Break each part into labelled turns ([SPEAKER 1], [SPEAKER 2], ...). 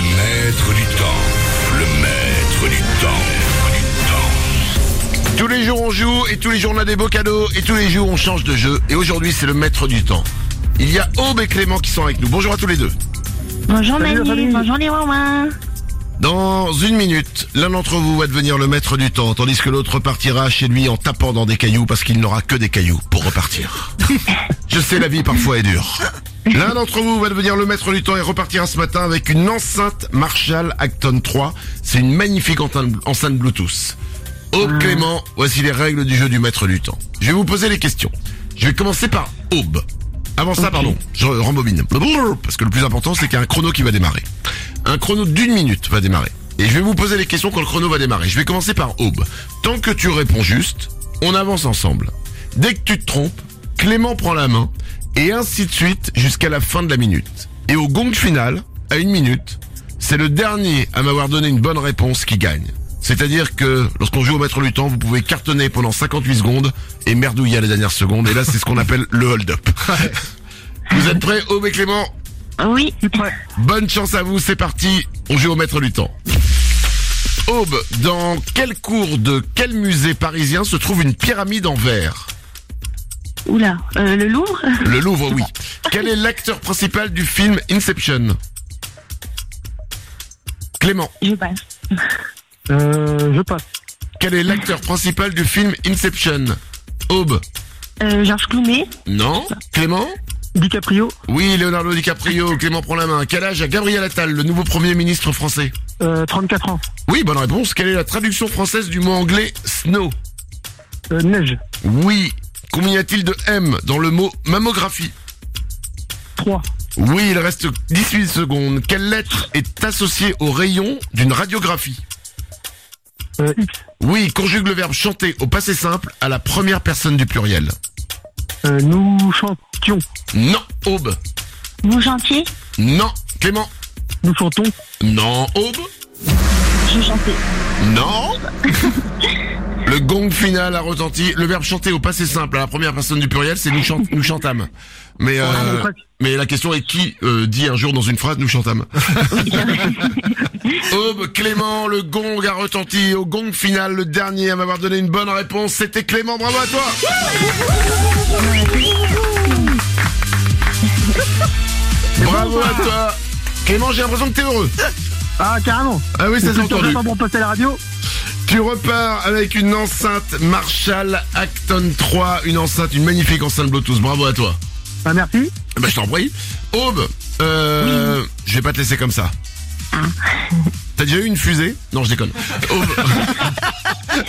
[SPEAKER 1] maître du temps. Le maître du temps.
[SPEAKER 2] Tous les jours on joue et tous les jours on a des beaux cadeaux et tous les jours on change de jeu. Et aujourd'hui c'est le maître du temps. Il y a Aube et Clément qui sont avec nous. Bonjour à tous les deux.
[SPEAKER 3] Bonjour Manu, bonjour les Wawins.
[SPEAKER 2] Dans une minute, l'un d'entre vous va devenir le maître du temps, tandis que l'autre partira chez lui en tapant dans des cailloux parce qu'il n'aura que des cailloux pour repartir. Je sais, la vie parfois est dure. L'un d'entre vous va devenir le maître du temps et repartira ce matin avec une enceinte Marshall Acton 3. C'est une magnifique enceinte Bluetooth. Aube Oh, Clément, voici les règles du jeu du maître du temps. Je vais vous poser les questions. Je vais commencer par Aube. Avant ça, pardon, je rembobine. Parce que le plus important, c'est qu'il y a un chrono qui va démarrer. Un chrono d'une minute va démarrer. Et je vais vous poser les questions quand le chrono va démarrer. Je vais commencer par Aube. Tant que tu réponds juste, on avance ensemble. Dès que tu te trompes, Clément prend la main, et ainsi de suite jusqu'à la fin de la minute. Et au gong final, à une minute, c'est le dernier à m'avoir donné une bonne réponse qui gagne. C'est-à-dire que lorsqu'on joue au maître du temps, vous pouvez cartonner pendant 58 secondes et merdouiller à les dernières secondes. Et là, c'est ce qu'on appelle le hold-up. vous êtes prêts, Aube et Clément
[SPEAKER 3] Oui, prêt.
[SPEAKER 2] Bonne chance à vous, c'est parti. On joue au maître du temps. Aube, dans quel cours de quel musée parisien se trouve une pyramide en verre
[SPEAKER 3] Oula, euh, le Louvre
[SPEAKER 2] Le Louvre, oui. Quel est l'acteur principal du film Inception Clément.
[SPEAKER 3] Je passe.
[SPEAKER 4] Euh, je passe.
[SPEAKER 2] Quel est l'acteur principal du film Inception Aube.
[SPEAKER 3] Euh, Georges Clooney
[SPEAKER 2] Non. Clément
[SPEAKER 4] DiCaprio
[SPEAKER 2] Oui, Leonardo DiCaprio. Clément prend la main. Quel âge a Gabriel Attal, le nouveau Premier ministre français
[SPEAKER 4] euh, 34 ans.
[SPEAKER 2] Oui, bonne réponse. Quelle est la traduction française du mot anglais snow
[SPEAKER 4] Euh, Neige.
[SPEAKER 2] Oui, Combien y a-t-il de M dans le mot mammographie
[SPEAKER 4] 3.
[SPEAKER 2] Oui, il reste 18 secondes. Quelle lettre est associée au rayon d'une radiographie
[SPEAKER 4] euh, X.
[SPEAKER 2] Oui, conjugue le verbe chanter au passé simple à la première personne du pluriel.
[SPEAKER 4] Euh, nous chantions.
[SPEAKER 2] Non, Aube.
[SPEAKER 3] Nous chantiez
[SPEAKER 2] Non, Clément.
[SPEAKER 4] Nous chantons.
[SPEAKER 2] Non, Aube.
[SPEAKER 3] Je chantais.
[SPEAKER 2] Non. Le gong final a retenti. Le verbe chanter au passé simple à la première personne du pluriel, c'est nous, chant nous chantâmes. Mais euh, mais la question est qui euh, dit un jour dans une phrase nous chantâmes. Aube, Clément, le gong a retenti. Au gong final, le dernier à m'avoir donné une bonne réponse, c'était Clément. Bravo à toi. Bravo à toi. Clément, j'ai l'impression que t'es heureux.
[SPEAKER 4] Ah carrément.
[SPEAKER 2] Ah oui, ça s'est entendu.
[SPEAKER 4] pas pour passer la radio.
[SPEAKER 2] Tu repars avec une enceinte Marshall Acton 3, une enceinte, une magnifique enceinte Bluetooth. Bravo à toi.
[SPEAKER 4] Ah, merci.
[SPEAKER 2] Bah, je t'en prie. Aube, euh, je vais pas te laisser comme ça.
[SPEAKER 3] Ah.
[SPEAKER 2] T'as déjà eu une fusée Non, je déconne. Aube.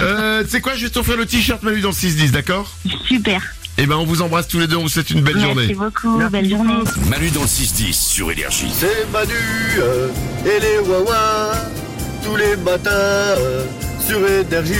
[SPEAKER 2] euh, tu sais quoi, je vais t'offrir le t-shirt Manu dans le 6-10, d'accord
[SPEAKER 3] Super.
[SPEAKER 2] Eh ben, on vous embrasse tous les deux, on vous souhaite une belle journée.
[SPEAKER 3] Merci beaucoup, belle journée.
[SPEAKER 1] Manu dans le 6-10 sur Énergie.
[SPEAKER 5] C'est Manu euh, et les Wawa tous les matins euh, sur Énergie.